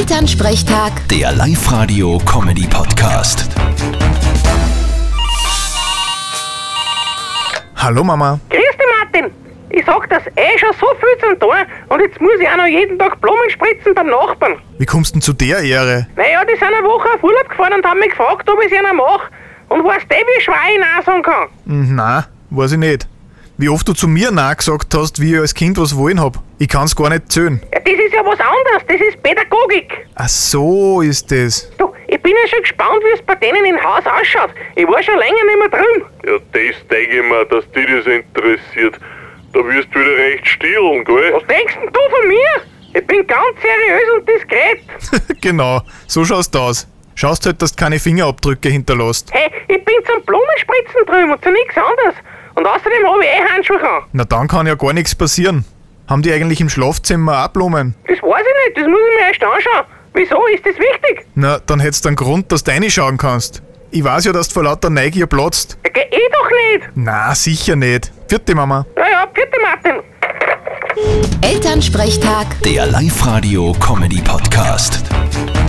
Elternsprechtag, Der Live-Radio-Comedy-Podcast. Hallo Mama. Grüß dich, Martin. Ich sag das eh schon so viel zum Tor und jetzt muss ich auch noch jeden Tag Blumen spritzen beim Nachbarn. Wie kommst denn zu der Ehre? Naja, die sind eine Woche auf Urlaub gefahren und haben mich gefragt, ob ich es ihnen mache. Und weißt du, wie schwer ich Nein sagen kann? Hm, Na, weiß ich nicht. Wie oft du zu mir na gesagt hast, wie ich als Kind was wollen hab. Ich kann's gar nicht zählen. Ja, das ist ja was anderes, das ist Pädagogik. Ach so ist es. Du, ich bin ja schon gespannt, wie es bei denen im Haus ausschaut. Ich war schon länger nicht mehr drüben. Ja, das denke ich mir, dass dich das interessiert. Da wirst du wieder recht stillen, gell? Was denkst denn du von mir? Ich bin ganz seriös und diskret. genau, so schaust du aus. Schaust halt, dass du keine Fingerabdrücke hinterlässt. Hey, ich bin zum Blumenspritzen drüben und zu nichts anderes. Und außerdem habe ich eh Handschuhe an. Na dann kann ja gar nichts passieren. Haben die eigentlich im Schlafzimmer auch Blumen? Das weiß ich nicht, das muss ich mir erst anschauen. Wieso ist das wichtig? Na, dann hättest du einen Grund, dass du reinschauen kannst. Ich weiß ja, dass du vor lauter Neugier platzt. Ja, geh ich doch nicht. Na, sicher nicht. Vierte Mama. Naja, bitte Martin. Elternsprechtag. Der Live-Radio-Comedy-Podcast.